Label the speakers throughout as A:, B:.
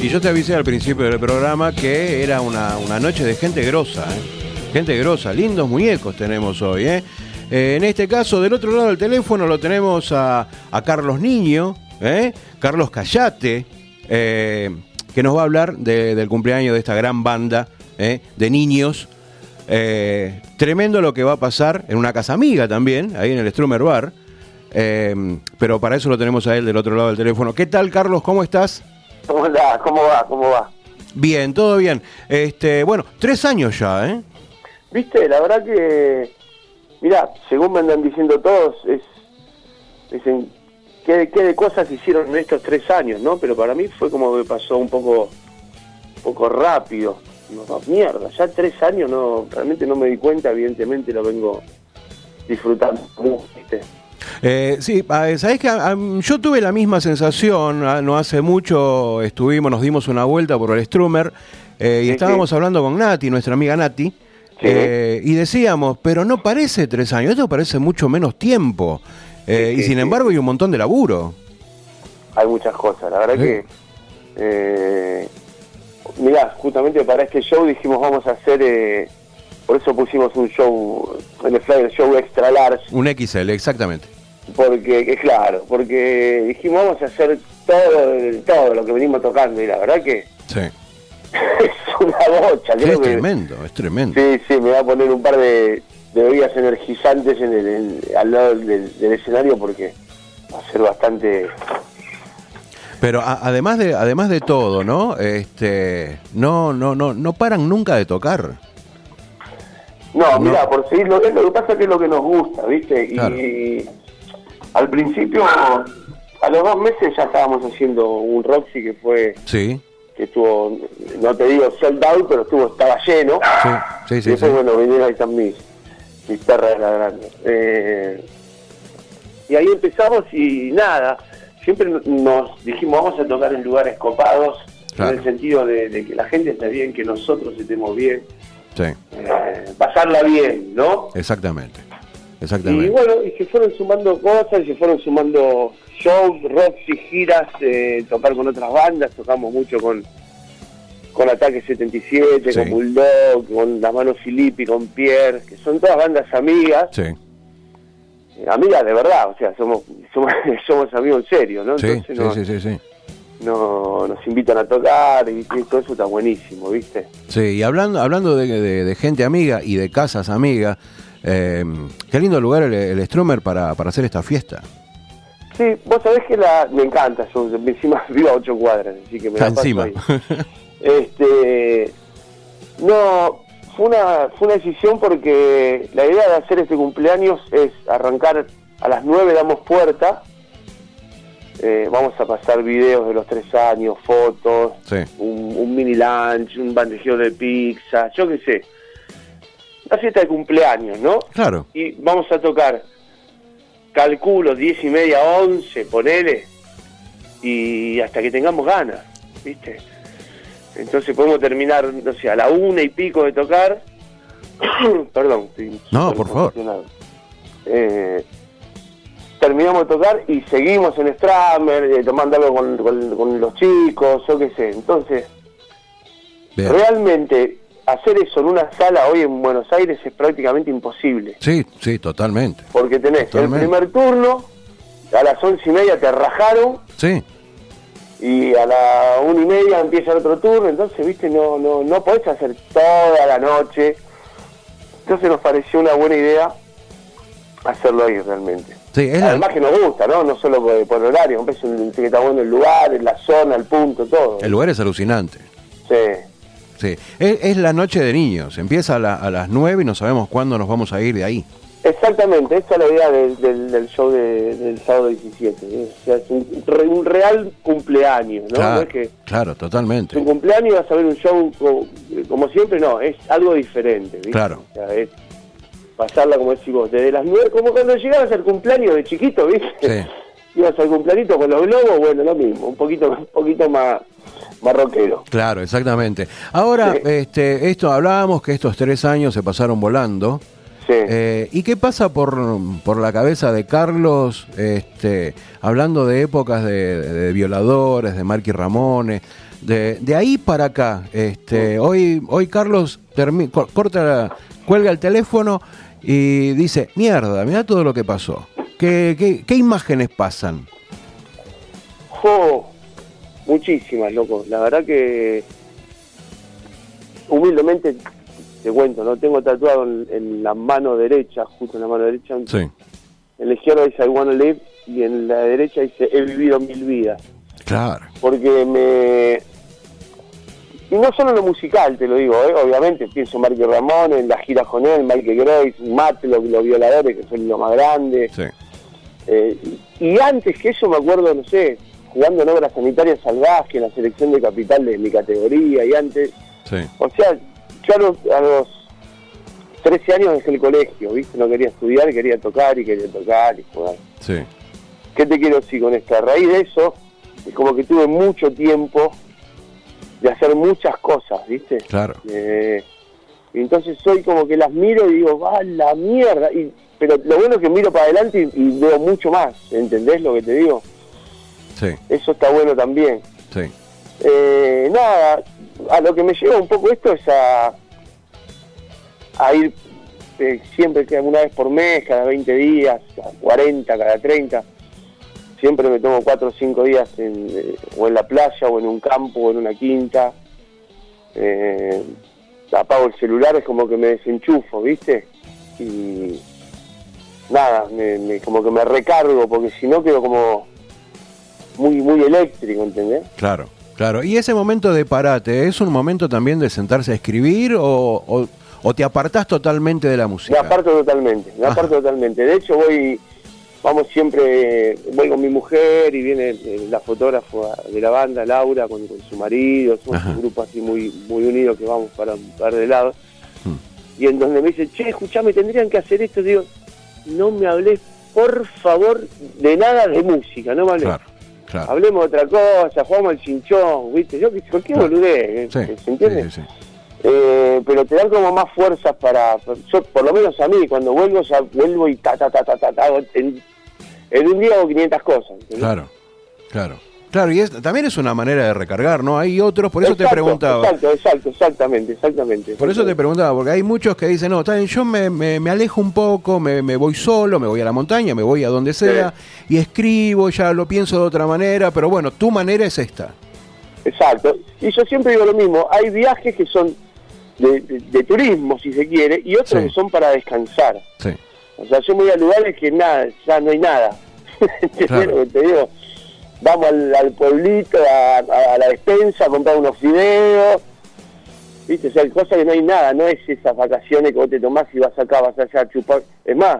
A: Y yo te avisé al principio del programa que era una, una noche de gente grosa, ¿eh? gente grosa, lindos muñecos tenemos hoy. ¿eh? Eh, en este caso, del otro lado del teléfono lo tenemos a, a Carlos Niño, ¿eh? Carlos Callate, eh, que nos va a hablar de- del cumpleaños de esta gran banda ¿eh? de niños. Eh, tremendo lo que va a pasar en una casa amiga también, ahí en el Strummer Bar. Eh, pero para eso lo tenemos a él del otro lado del teléfono. ¿Qué tal, Carlos? ¿Cómo estás?
B: ¿Cómo andás? ¿Cómo va? ¿Cómo va?
A: Bien, todo bien. Este, bueno, tres años ya, ¿eh?
B: Viste, la verdad que, mira, según me andan diciendo todos, es, dicen, ¿qué, de- qué de cosas hicieron en estos tres años, ¿no? Pero para mí fue como que pasó un poco, un poco rápido. No, no, mierda, ya tres años no, realmente no me di cuenta, evidentemente lo vengo disfrutando mucho, ¿viste?
A: Eh, sí, sabes que mm, yo tuve la misma sensación, ah, no hace mucho estuvimos, nos dimos una vuelta por el Strummer eh, y
B: Sí,
A: estábamos hablando con Nati, nuestra amiga Nati, eh, y decíamos, pero no parece tres años, esto parece mucho menos tiempo. Eh,
B: Sí,
A: y
B: sí,
A: sin
B: sí.
A: embargo hay un montón de laburo.
B: hay muchas cosas. La verdad
A: Sí.
B: que, eh, mirá, justamente para este show dijimos vamos a hacer, eh, por eso pusimos un show, el flyer show extra large,
A: Un XL, exactamente.
B: porque, que claro, porque dijimos vamos a hacer todo, el- todo lo que venimos tocando y la verdad que
A: Sí.
B: es una bocha.
A: Es
B: Creo que,
A: tremendo, es tremendo.
B: sí, sí, me va a poner un par de, de bebidas energizantes en el, en- al lado del, del escenario porque va a ser bastante...
A: Pero a- además de además de todo, ¿no? Este, no no no no paran nunca de tocar.
B: No, mira, por seguir lo, es lo que pasa que es lo que nos gusta, ¿viste? Y
A: Claro.
B: al principio, a los dos meses ya estábamos haciendo un Roxy que fue,
A: Sí.
B: que estuvo, no te digo sold out, pero estuvo, estaba lleno.
A: Sí, sí, sí,
B: y después,
A: sí.
B: bueno, vinieron ahí están mis, mis perras de la grande. Eh, y ahí empezamos y nada, siempre nos dijimos, vamos a tocar en lugares copados,
A: Claro.
B: en el sentido de, de que la gente esté bien, que nosotros estemos bien,
A: Sí.
B: eh, pasarla bien, ¿no?
A: Exactamente.
B: Y
A: Exactamente.
B: bueno, y se fueron sumando cosas, y se fueron sumando shows, Roxy, giras, eh, tocar con otras bandas, tocamos mucho con, con Ataque 77,
A: Sí.
B: con Bulldog, con La Mano Filippi, con Pierre, que son todas bandas amigas,
A: Sí,
B: eh, amigas de verdad, o sea, somos somos, somos amigos en serio, ¿no?
A: sí,
B: Entonces
A: sí,
B: no-
A: sí, sí, sí.
B: no- nos invitan a tocar y, y todo eso está buenísimo, ¿viste?
A: Sí, y hablando, hablando de, de- de gente amiga y de casas amigas, eh, qué lindo lugar el, el Strummer para, para hacer esta fiesta.
B: Sí, vos sabés que la, me encanta, yo encima vivo a ocho cuadras, así que me la
A: Está
B: paso
A: encima.
B: ahí. Este, no, fue una, fue una decisión porque la idea de hacer este cumpleaños es arrancar a las 9, damos puerta. Eh, vamos a pasar videos de los tres años, fotos,
A: Sí.
B: un, un mini lunch, un bandejeo de pizza, yo qué sé. Una fiesta de cumpleaños, ¿no?
A: Claro.
B: Y vamos a tocar, calculo, 10 y media, 11, ponele, y hasta que tengamos ganas, ¿viste? Entonces podemos terminar, no sé, a la una y pico de tocar. Perdón, estoy
A: No,
B: súper
A: por favor.
B: emocionado. Eh, terminamos de tocar y seguimos en Stramer, eh, tomando algo con, con- con los chicos, yo qué sé. Entonces,
A: Bien.
B: realmente hacer eso en una sala hoy en Buenos Aires es prácticamente imposible.
A: Sí, sí, totalmente.
B: Porque tenés
A: Totalmente.
B: el primer turno, a las once y media te rajaron
A: Sí,
B: y a la una y media empieza el otro turno, entonces, viste, no, no, no podés hacer toda la noche. Entonces nos pareció una buena idea hacerlo ahí realmente.
A: sí, es la-
B: Además que nos gusta, ¿no? No solo por, por horario, me parece un- que está bueno el lugar, la zona, el punto, todo.
A: el lugar es alucinante.
B: Sí.
A: Sí, es, es la noche de niños. Empieza a, la- a las 9 y no sabemos cuándo nos vamos a ir de ahí.
B: Exactamente, esta es la idea del, del- del show de- del sábado 17. ¿eh? O sea, es un, re- un real cumpleaños, ¿no? No
A: claro,
B: es que
A: claro,
B: es un
A: totalmente.
B: cumpleaños vas a ver un show co- eh, como, siempre, no, es algo diferente, ¿viste?
A: Claro.
B: O sea, es pasarla como decís vos, desde las nueve, como cuando llegabas al cumpleaños de chiquito, ¿viste? Ibas al cumpleañito con los globos, bueno, lo mismo, un poquito, un poquito más, más rockero.
A: Claro, exactamente. Ahora,
B: Sí.
A: este, esto hablábamos que estos tres años se pasaron volando.
B: Sí.
A: Eh, ¿Y qué pasa por, por la cabeza de Carlos, este, hablando de épocas de, de- de violadores, de Marky Ramones, de, de ahí para acá? Este, hoy, hoy Carlos termi- co- corta, la- cuelga el teléfono y dice, mierda, mira todo lo que pasó. ¿Qué, qué, qué imágenes pasan?
B: Jo, muchísimas, loco. La verdad que humildemente te cuento, no tengo tatuado en, en la mano derecha, justo en la mano derecha, un- en la izquierda dice I wanna live y en la derecha dice he vivido mil vidas.
A: claro.
B: Porque me... Y no solo en lo musical, te lo digo, ¿eh? obviamente, pienso en Marky Ramón, en las giras con él, Michael Grace, Matlock, los violadores, que son lo más grande.
A: Sí.
B: Eh, y antes que eso me acuerdo, no sé, jugando en obras sanitarias salvajes, en la selección de capital de mi categoría, y antes,
A: Sí.
B: o sea, yo a los, a los 13 años dejé el colegio, ¿viste? No quería estudiar, quería tocar y quería tocar y jugar.
A: Sí.
B: ¿Qué te quiero decir con esto? A raíz de eso, es como que tuve mucho tiempo de hacer muchas cosas, ¿viste?
A: Claro.
B: Eh, y entonces soy como que las miro y digo, va la mierda. Y, pero lo bueno es que miro para adelante y, y veo mucho más, ¿entendés lo que te digo?
A: Sí.
B: Eso está bueno también.
A: Sí.
B: Eh, nada, a lo que me lleva un poco esto es a, a ir eh, siempre, que una vez por mes, cada 20 días, cada 40, cada 30. Siempre me tomo 4 o 5 días en, eh, o en la playa, o en un campo, o en una quinta. Eh, apago el celular, es como que me desenchufo, ¿viste? Y nada, me- me- como que me recargo, porque si no quedo como muy, muy eléctrico, ¿entendés?
A: Claro, claro. ¿Y ese momento de parate es un momento también de sentarse a escribir o, o- o te apartás totalmente de la
B: Me
A: música?
B: aparto totalmente, me
A: Ajá.
B: aparto totalmente. De hecho, voy, vamos siempre, voy con mi mujer y viene eh, la fotógrafa de la banda, Laura, con, con su marido, somos
A: Ajá.
B: un grupo así muy, muy unido que vamos para un par de lados.
A: Hmm.
B: Y en donde me dice, che, escuchame, tendrían que hacer esto, digo, no me hables, por favor, de nada de música, no me hables.
A: Claro, claro.
B: Hablemos de otra cosa, jugamos al chinchón, ¿viste? Yo que cualquier
A: Claro.
B: boludez,
A: Sí,
B: ¿eh? ¿se entiende?
A: sí, sí,
B: Eh, pero te dan como más fuerzas para, yo, por lo menos a mí, cuando vuelvo, ya vuelvo y ta, ta, ta, ta, ta, ta, hago- en, en un día hago 500 cosas. ¿entendés?
A: Claro, claro. Claro, y es- también es una manera de recargar, ¿no? Hay otros, por eso te
B: Exacto,
A: preguntaba.
B: Exacto, exacto, exactamente, exactamente.
A: Por eso te preguntaba, porque hay muchos que dicen, no, está bien, yo me, me- me alejo un poco, me, me voy solo, me voy a la montaña, me voy a donde sea, y escribo, ya lo pienso de otra manera, pero bueno, tu manera es esta.
B: Exacto. Y yo siempre digo lo mismo, hay viajes que son de, de- de turismo, si se quiere, y otros
A: Sí.
B: que son para descansar.
A: Sí,
B: O sea, yo me voy a lugares que nada, ya no hay nada. ¿Entendés
A: Claro.
B: lo que te digo? Vamos al, al pueblito, a, a- a la despensa, a comprar unos fideos. ¿Viste? O sea, hay cosas que no hay nada, no es esas vacaciones que vos te tomás y vas acá, vas allá a chupar. Es más,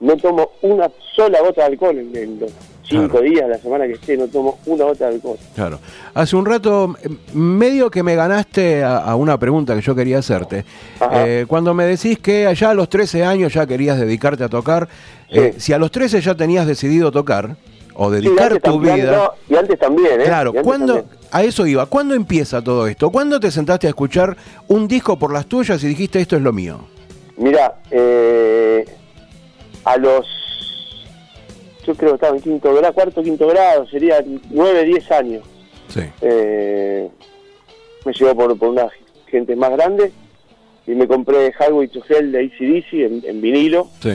B: no tomo una sola gota de alcohol en, en los cinco
A: Claro.
B: días de la semana que esté, no tomo una gota de alcohol.
A: Claro. Hace un rato, eh, medio que me ganaste a, a una pregunta que yo quería hacerte.
B: Ajá.
A: Eh, cuando me decís que allá a los 13 años ya querías dedicarte a tocar, eh,
B: Sí.
A: si a los 13 ya tenías decidido tocar o
B: Sí, y
A: dedicar
B: antes
A: tu
B: tam- y antes-
A: vida.
B: no, y antes también, ¿eh?
A: Claro,
B: Y antes
A: ¿cuándo,
B: también.
A: a eso iba, ¿cuándo empieza todo esto? ¿Cuándo te sentaste a escuchar un disco por las tuyas y dijiste esto es lo mío?
B: Mira, eh, a los. Yo creo que estaba en quinto grado, cuarto, quinto grado, sería 9, 10 años.
A: Sí,
B: Eh, me llevó por, por una gente más grande y me compré Highway to Hell de ACDC en, en vinilo.
A: sí,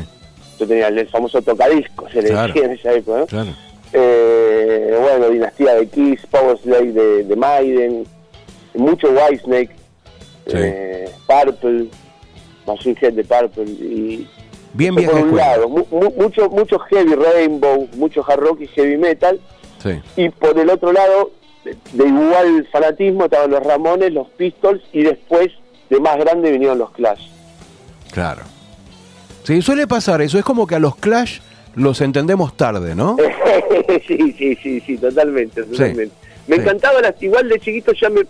B: Yo tenía el, famoso tocadiscos, se le
A: Claro.
B: decía en esa época, ¿no?
A: claro.
B: Eh, bueno, Dinastía de Kiss, Power Slave de, de Maiden, mucho Whitesnake,
A: Sí.
B: eh, Purple, Machine Head de Purple y
A: Bien
B: por
A: vieja
B: un
A: escuela.
B: lado, mu- mu- mucho, mucho heavy rainbow, mucho hard rock y heavy metal,
A: Sí,
B: y por el otro lado, de, de igual fanatismo, estaban los Ramones, los Pistols, y después, de más grande, vinieron los Clash.
A: claro. Sí, suele pasar eso. Es como que a los Clash los entendemos tarde, ¿no?
B: sí, sí, sí, sí, totalmente, totalmente. me
A: sí.
B: encantaba, las, igual de chiquito ya me,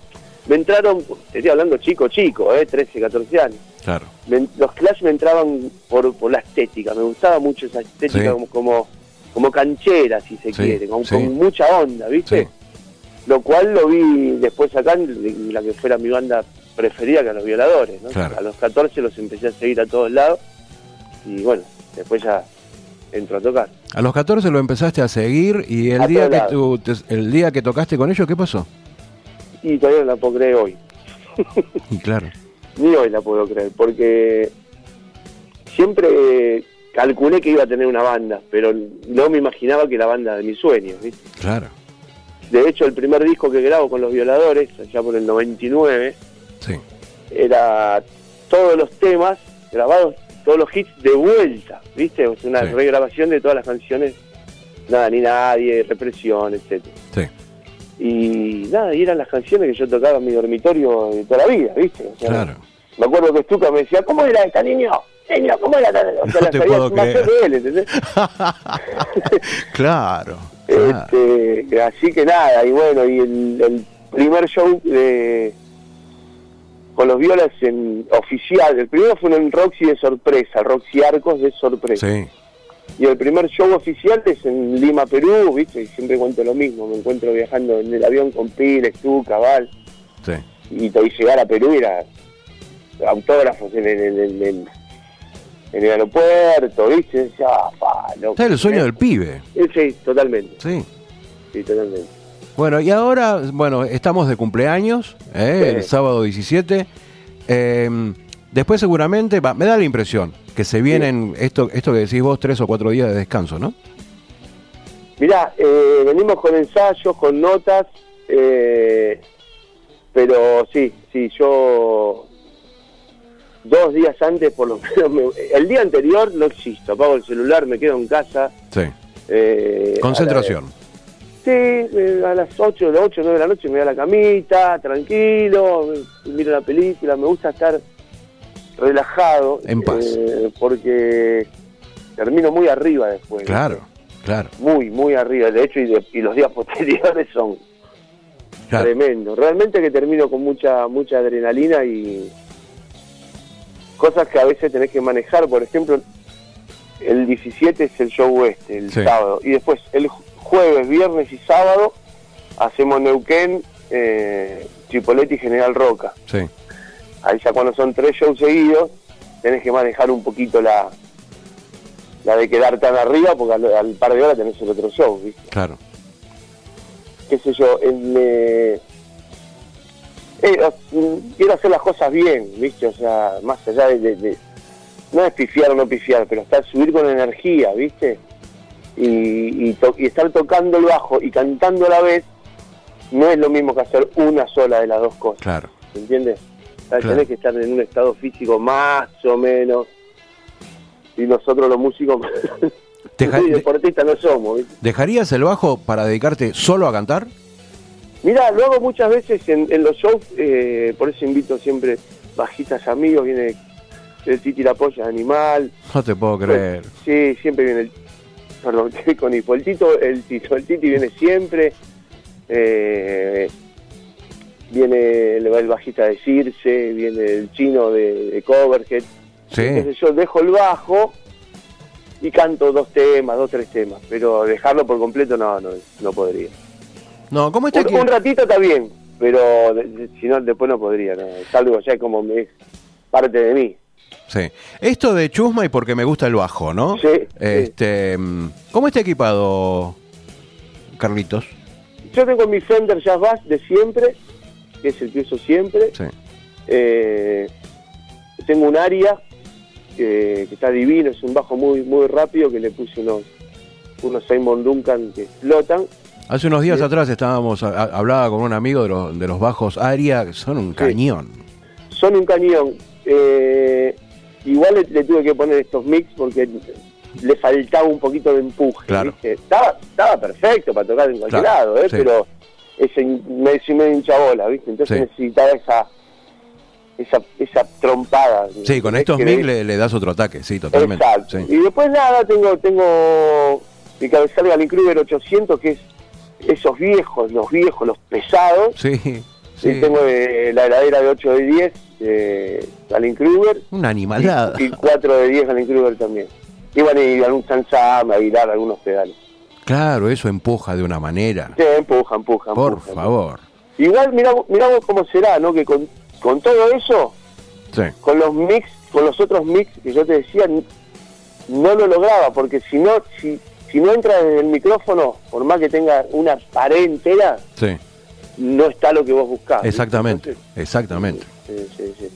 B: me entraron, te estoy hablando chico, chico, eh, 13, 14 años.
A: Claro.
B: Me- los Clash me entraban por, por la estética, me gustaba mucho esa estética
A: Sí.
B: como, como, como canchera, si se
A: Sí,
B: quiere, con,
A: sí.
B: con mucha onda, ¿viste?
A: Sí.
B: Lo cual lo vi después acá en la que fuera mi banda preferida que a los violadores, ¿no?
A: Claro.
B: A los 14 los empecé a seguir a todos lados y bueno, después ya entro a tocar.
A: A los 14 lo empezaste a seguir y el,
B: A
A: día
B: todos
A: que,
B: lados.
A: tú- te- el día que tocaste con ellos, ¿qué pasó?
B: Y todavía no la puedo creer hoy.
A: Y claro.
B: Ni hoy la puedo creer, porque siempre calculé que iba a tener una banda, pero no me imaginaba que la banda de mis sueños, ¿viste?
A: Claro.
B: De hecho, el primer disco que grabo con Los Violadores, allá por el 99,
A: Sí.
B: era todos los temas grabados, todos los hits de vuelta, ¿viste? O sea, una
A: Sí.
B: regrabación de todas las canciones, nada, ni nadie, represión, etcétera.
A: Sí.
B: Y nada, y eran las canciones que yo tocaba en mi dormitorio de toda la vida, ¿viste? O sea,
A: Claro.
B: Me acuerdo que Stuka me decía, ¿cómo era esta niño? Niño, ¿cómo era esta niño? O
A: No
B: sea, la
A: te
B: sabía
A: puedo
B: más
A: creer.
B: que él, ¿entendés?
A: claro. claro.
B: Este, así que nada, y bueno, y el, el primer show de, con los violas en oficial, el primero fue en Roxy de sorpresa, Roxy Arcos de sorpresa.
A: Sí.
B: Y el primer show oficial es en Lima, Perú, ¿viste? Y siempre cuento lo mismo, me encuentro viajando en el avión con Piles, tú, Cabal,
A: Sí.
B: y, to- y llegar a Perú era autógrafos en el, en el- en el- en el aeropuerto, ¿viste? Ya, pa, loco. Eh,
A: Está el sueño del pibe.
B: Sí, totalmente,
A: Sí.
B: sí, totalmente.
A: Bueno, y ahora, bueno, estamos de cumpleaños, ¿eh?
B: Sí.
A: el sábado 17. Eh, después seguramente, va, me da la impresión que se vienen, esto, esto que decís vos, tres o cuatro días de descanso, ¿no?
B: Mirá, eh, venimos con ensayos, con notas, eh, pero sí, sí, yo dos días antes, por lo menos, me- el día anterior no existo, apago el celular, me quedo en casa.
A: Sí.
B: eh,
A: Concentración.
B: a la- sí, eh, a las 8, de 8, 9 de la noche me voy a la camita, tranquilo, me- miro la película, me gusta estar relajado.
A: En paz.
B: eh, porque termino muy arriba después.
A: Claro, claro,
B: muy, muy arriba. De hecho, y, de- y los días posteriores son
A: claro.
B: tremendos. Realmente que termino con mucha, mucha adrenalina y cosas que a veces tenés que manejar. Por ejemplo, el 17 es el show este, el
A: Sí.
B: sábado. Y después, el ju- jueves, viernes y sábado, hacemos Neuquén, eh, Chipolete y General Roca.
A: Sí.
B: Ahí ya cuando son tres shows seguidos, tenés que manejar un poquito la la de quedar tan arriba, porque al, al par de horas tenés el otro show, ¿viste?
A: Claro,
B: qué sé yo, el, eh, eh, o- quiero hacer las cosas bien, ¿viste? O sea, más allá de, de- de- no es pifiar o no pifiar, pero estar subir con energía, ¿viste? Y, y to- y estar tocando el bajo y cantando a la vez no es lo mismo que hacer una sola de las dos cosas,
A: claro.
B: ¿entiendes? O sea,
A: Claro.
B: Tenés que estar en un estado físico más o menos. Y nosotros los músicos
A: Te ja-
B: y deportistas no somos, ¿viste?
A: ¿Dejarías el bajo para dedicarte solo a cantar?
B: Mirá, lo hago muchas veces en, en los shows, eh, por eso invito siempre bajistas amigos, viene el Titi La Polla de Animal. pues,
A: No te puedo creer.
B: Sí, siempre viene el... Perdón, estoy con hipo. El Tito, el Tito, el Titi viene siempre. eh, viene el, el bajista de Circe, viene el chino de, de Coverhead.
A: Sí,
B: Entonces yo dejo el bajo y canto dos temas, dos, tres temas, pero dejarlo por completo no, no, no podría.
A: no, este ¿cómo está aquí?
B: Un, un ratito está bien, pero de- de- si no, después no podría. ¿no? Es algo ya como me- es parte de mí.
A: Sí. Esto de chusma y porque me gusta el bajo, ¿no?
B: Sí, sí.
A: Este, mm, ¿Cómo está equipado, Carlitos?
B: Yo tengo mi Fender Jazz Bass de siempre, que es el que uso siempre.
A: Sí.
B: Eh, tengo un Aria, eh, que está divino, es un bajo muy muy rápido, que le puse unos, unos Simon Duncan que explotan.
A: Hace unos días
B: Sí.
A: atrás estábamos, a- a- hablaba con un amigo de los, de los bajos Aria, que son un cañón.
B: Son un cañón. Eh, igual le, le tuve que poner estos mix porque le faltaba un poquito de empuje.
A: Claro.
B: ¿viste? Estaba, estaba perfecto para tocar en cualquier
A: Claro,
B: lado, ¿eh?
A: sí.
B: pero ese me, si me hincha bola, ¿viste? Entonces
A: Sí.
B: necesitaba esa, esa, esa trompada.
A: Sí, con estos
B: Que le-
A: mil le, le das otro ataque, sí, totalmente.
B: Exacto.
A: Sí.
B: Y después nada, tengo tengo mi cabezal Galin Kruger 800, que es esos viejos, los viejos, los pesados.
A: Sí,
B: Y
A: sí.
B: tengo eh, la heladera de 8 de 10, eh, Allen Kruger.
A: Una animalada.
B: Y 4 de 10 Allen Kruger también. Y bueno, y algún Sansam, Aguilar, algunos pedales.
A: Claro, eso empuja de una manera.
B: Sí, empuja, empuja,
A: Por
B: empuja.
A: favor.
B: Igual mirá, mirá vos cómo será, ¿no? Que con, con todo eso,
A: Sí,
B: con los mix, con los otros mix que yo te decía, n- no lo lograba, porque si no, si, si no entra en el micrófono, por más que tenga una pared entera,
A: Sí,
B: no está lo que vos buscás. ¿viste?
A: exactamente,
B: Entonces,
A: exactamente.
B: sí, sí, sí.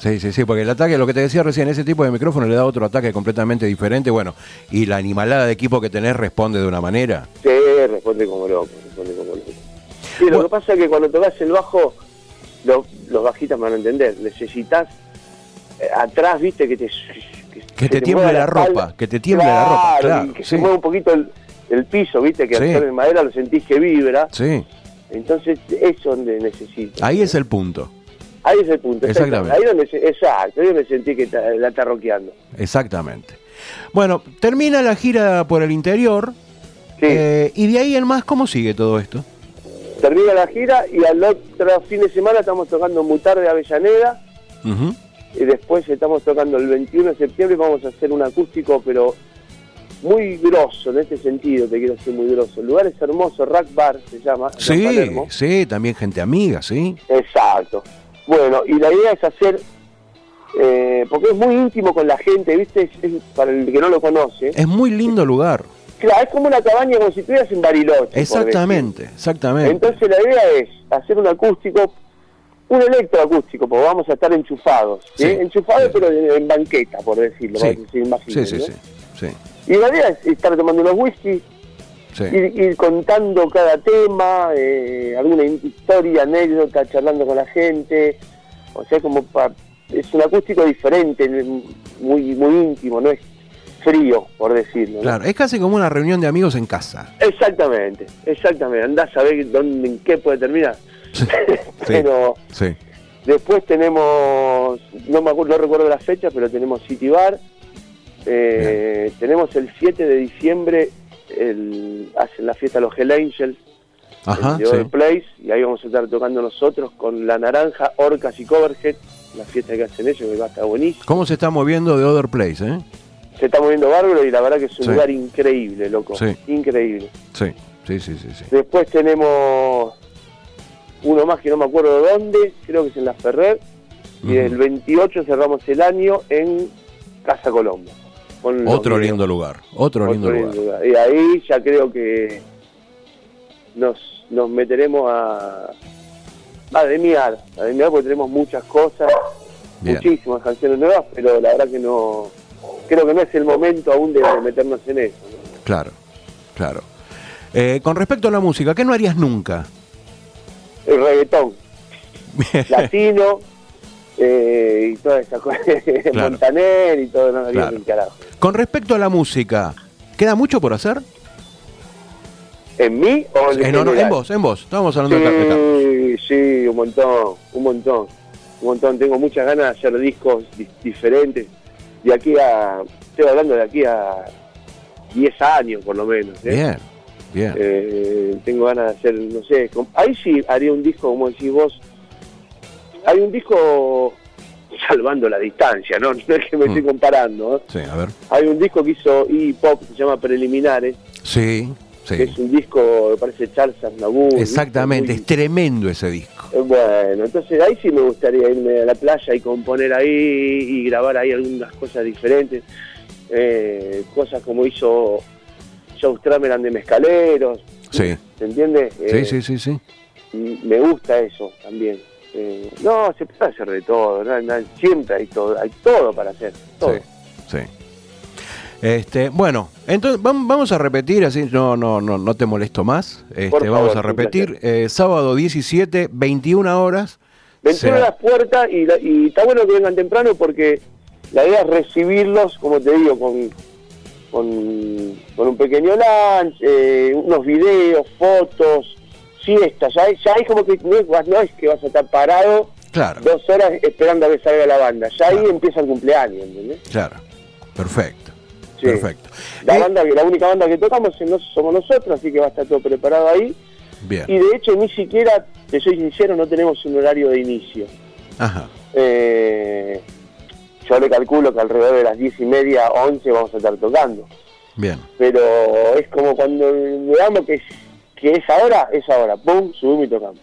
A: Sí, sí, sí, porque el ataque, lo que te decía recién, ese tipo de micrófono le da otro ataque completamente diferente, bueno, y la animalada de equipo que tenés responde de una manera.
B: Sí, responde como loco, responde como loco. Sí, lo
A: Bueno.
B: que pasa es que cuando tocas el bajo, lo- los bajistas me van a entender. Necesitas eh, atrás, viste, que te. Que,
A: Que
B: se
A: te tiemble
B: mueva
A: la ropa,
B: espalda.
A: que te tiemble la ropa, claro,
B: y Que
A: sí.
B: se mueva un poquito el, el piso, viste, que
A: Sí.
B: al estar en madera lo sentís que vibra.
A: Sí,
B: Entonces, eso es donde necesitas.
A: ahí es el punto.
B: Ahí es el punto.
A: Exactamente.
B: Ahí donde, se- exacto, ahí donde sentí que ta- la está roqueando.
A: Exactamente. Bueno, termina la gira por el interior.
B: Sí.
A: eh, y de ahí en más, ¿cómo sigue todo esto?
B: Termina la gira y al otro fin de semana estamos tocando Mutar de Avellaneda.
A: Ujú.
B: y después estamos tocando el 21 de septiembre vamos a hacer un acústico pero muy grosso en este sentido te quiero decir muy grosso el lugar es hermoso Rack Bar se llama acá en
A: Sí,
B: Palermo.
A: sí, también gente amiga, sí.
B: exacto bueno y la idea es hacer eh, porque es muy íntimo con la gente viste Es- es para el que no lo conoce
A: Es muy lindo lugar.
B: claro es como una cabaña como si estuvieras en Bariloche por
A: Exactamente,
B: decir.
A: exactamente.
B: entonces la idea es hacer un acústico un electroacústico, porque vamos a estar enchufados, ¿sí?
A: Sí.
B: enchufados
A: Sí.
B: pero en, en banqueta, por decirlo, para que se
A: sí,
B: imaginen,
A: sí,
B: ¿no?
A: sí, sí,
B: Y la idea es estar tomando unos whisky,
A: sí.
B: ir, ir contando cada tema, eh, alguna in- historia, anécdota, charlando con la gente. O sea, como pa- es un acústico diferente, n- muy muy íntimo, no es frío, por decirlo. ¿no?
A: Claro, es casi como una reunión de amigos en casa.
B: Exactamente, exactamente. Andás a ver dónde, en qué puede terminar.
A: Sí,
B: Pero
A: sí.
B: después tenemos, no me acuerdo, no recuerdo las fechas, pero tenemos City Bar. Eh, tenemos el 7 de diciembre, el, hacen la fiesta los Hell Angels
A: Ajá,
B: en The Other
A: sí.
B: Place, y ahí vamos a estar tocando nosotros con La Naranja, Orcas y Coverhead, la fiesta que hacen ellos, que va a estar buenísimo.
A: ¿Cómo se está moviendo de Other Place, eh?
B: Se está moviendo bárbaro y la verdad que es un
A: Sí.
B: lugar increíble, loco.
A: Sí.
B: Increíble.
A: Sí, sí, sí, sí. sí.
B: Después tenemos uno más que no me acuerdo dónde, creo que es en La Ferrer, y
A: Ujú.
B: el 28 cerramos el año en Casa Colombo. con los
A: Otro
B: videos.
A: lindo lugar, otro, lindo
B: Otro
A: lugar.
B: lindo lugar. Y ahí ya creo que nos, nos meteremos a, a demiar, a demiar porque tenemos muchas cosas,
A: Bien.
B: muchísimas canciones nuevas, pero la verdad que no, creo que no es el momento aún de, de meternos en eso. ¿no?
A: Claro, claro. Eh, con respecto a la música, ¿qué no harías nunca?
B: El reggaetón, latino, eh, y todas esas cosas,
A: Claro.
B: Montaner y todo, no, no,
A: Claro.
B: ni carajo.
A: Con respecto a la música, ¿queda mucho por hacer?
B: ¿En mí o en,
A: En, honor- Eh, en
B: general?
A: vos, en vos. Estábamos hablando de acá. de acá.
B: Sí, sí, un montón, un montón, un montón. Tengo muchas ganas de hacer discos di- diferentes. De aquí a, estoy hablando de aquí a 10 años por lo menos. ¿eh?
A: Bien, bien.
B: Eh, tengo ganas de hacer, no sé, com- ahí sí haría un disco, como decís vos, hay un disco salvando la distancia, ¿no? No es que me
A: Mm.
B: estoy comparando. ¿eh?
A: Sí, a ver.
B: Hay un disco que hizo E-Pop, que se llama Preliminares,
A: Sí,
B: que
A: sí.
B: es un disco, me parece Charles Aznavour. ¿viste?
A: Exactamente,
B: Muy-
A: es tremendo ese disco.
B: Eh, Bueno, entonces ahí sí me gustaría irme a la playa y componer ahí y grabar ahí algunas cosas diferentes. Eh, cosas como hizo Joe Strameran de Mezcaleros.
A: Sí.
B: ¿Se entiende? Eh,
A: Sí, sí, sí, sí.
B: m- Mm, Me gusta eso también. Eh, no, se puede hacer de todo. ¿no? No, Siempre hay todo. Hay todo para hacer. Todo.
A: Sí, sí. Este, bueno, entonces vam- vamos a repetir, así no, no, no, no te molesto más. Este,
B: Por favor,
A: vamos a
B: un
A: repetir. eh, sábado 17, 21 horas.
B: Ventura
A: Será-
B: las puertas y, la- y está bueno que vengan temprano porque la idea es recibirlos, como te digo, con, con, con un pequeño lunch, eh, unos videos, fotos, siestas. Ya, es- ya es como que no es, no es que vas a estar parado
A: Claro,
B: dos horas esperando a que salga la banda. Ya ahí
A: Claro.
B: empieza el cumpleaños, ¿entendés?
A: claro. Perfecto.
B: Sí.
A: Perfecto.
B: La,
A: Eh,
B: banda, que- la única banda que tocamos es nos- somos nosotros, así que va a estar todo preparado ahí.
A: bien.
B: Y de hecho, ni siquiera, te soy sincero, no tenemos un horario de inicio.
A: Ajá.
B: Eh, yo le calculo que alrededor de las 10 y media, 11 vamos a estar tocando.
A: Bien.
B: Pero es como cuando digamos que es, que es ahora, es ahora. Pum, subimos y tocamos.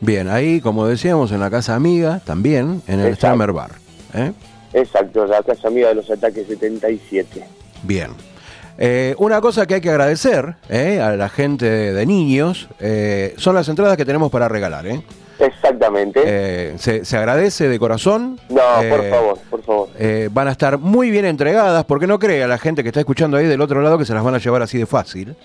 A: Bien, ahí, como decíamos, en la Casa Amiga, también, en el
B: Exacto.
A: Stammer Bar. ¿eh?
B: Exacto, la casa amiga de los ataques 77.
A: Bien. Eh, una cosa que hay que agradecer eh, a la gente de, de niños eh, son las entradas que tenemos para regalar. ¿eh?
B: Exactamente.
A: Eh, se, se agradece de corazón.
B: no, por
A: Eh,
B: favor, por favor.
A: eh, van a estar muy bien entregadas, porque no crea la gente que está escuchando ahí del otro lado que se las van a llevar así de fácil.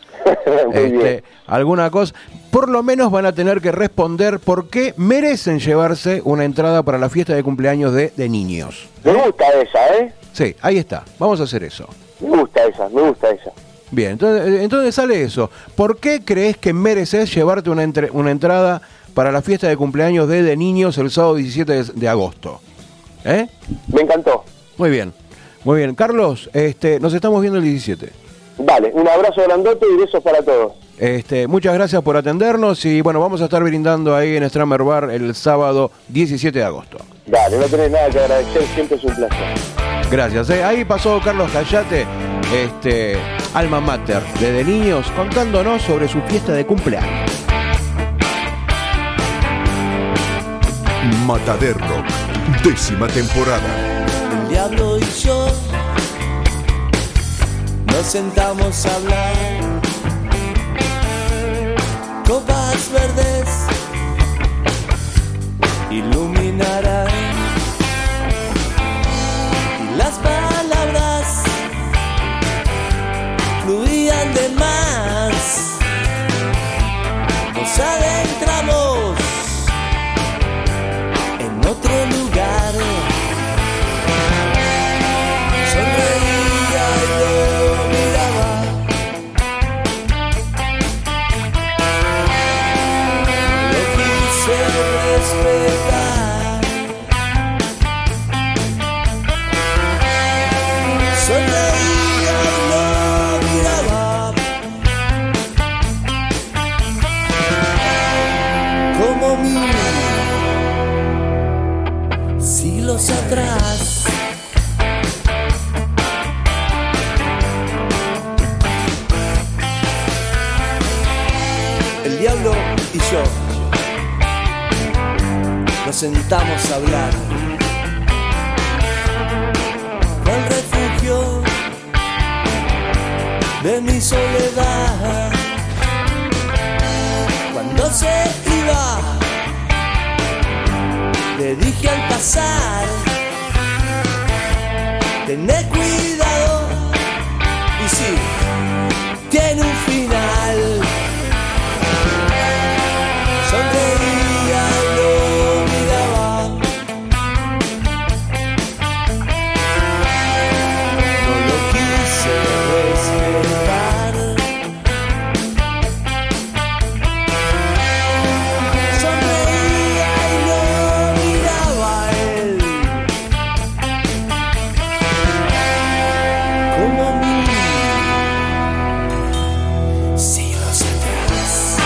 B: Muy
A: Este,
B: bien.
A: alguna cosa, por lo menos van a tener que responder por qué merecen llevarse una entrada para la fiesta de cumpleaños de, de niños.
B: Me gusta esa, ¿eh?
A: Sí, ahí está, vamos a hacer eso.
B: Me gusta esa, me gusta esa.
A: Bien, entonces, entonces sale eso. ¿Por qué crees que mereces llevarte una, entre- una entrada para la fiesta de cumpleaños de, de niños el sábado 17 de, de agosto? ¿Eh?
B: Me encantó.
A: Muy bien, muy bien. Carlos, este, nos estamos viendo el 17.
B: Vale, un abrazo grandote y besos para todos.
A: Este, muchas gracias por atendernos y bueno, vamos a estar brindando ahí en Stramer Bar el sábado 17 de agosto.
B: Dale, no tenés nada que agradecer, siempre es un placer.
A: Gracias. eh. Ahí pasó Carlos Callate, este, alma mater de De Niños, contándonos sobre su fiesta de cumpleaños.
C: Matader Rock, décima temporada.
D: El diablo y yo nos sentamos a hablar. Copas verdes iluminarán y las palabras fluían de más. Nos adentramos en otro lugar. Sonreía y lo miraba Lo quise respetar Sonreía y lo miraba Como mil siglos atrás el diablo y yo. Nos sentamos a hablar. Con refugio de mi soledad. Cuando se iba, le dije al pasar, tené cuidado. Y sí, tiene un final. Sonreía y lo miraba. No lo quise respetar. Sonreía y lo miraba a él. Como mil siglos atrás.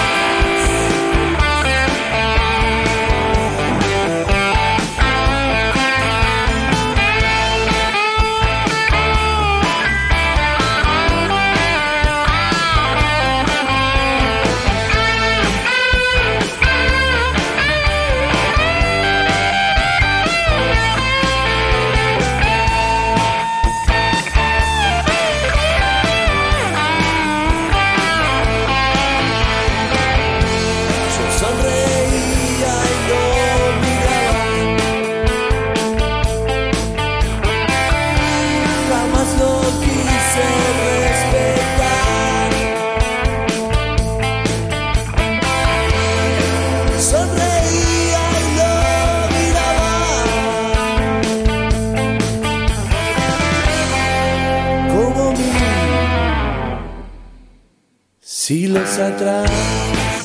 D: Yo sonreía y lo miraba Jamás lo quise respetar Sonreía y lo miraba Como mil siglos atrás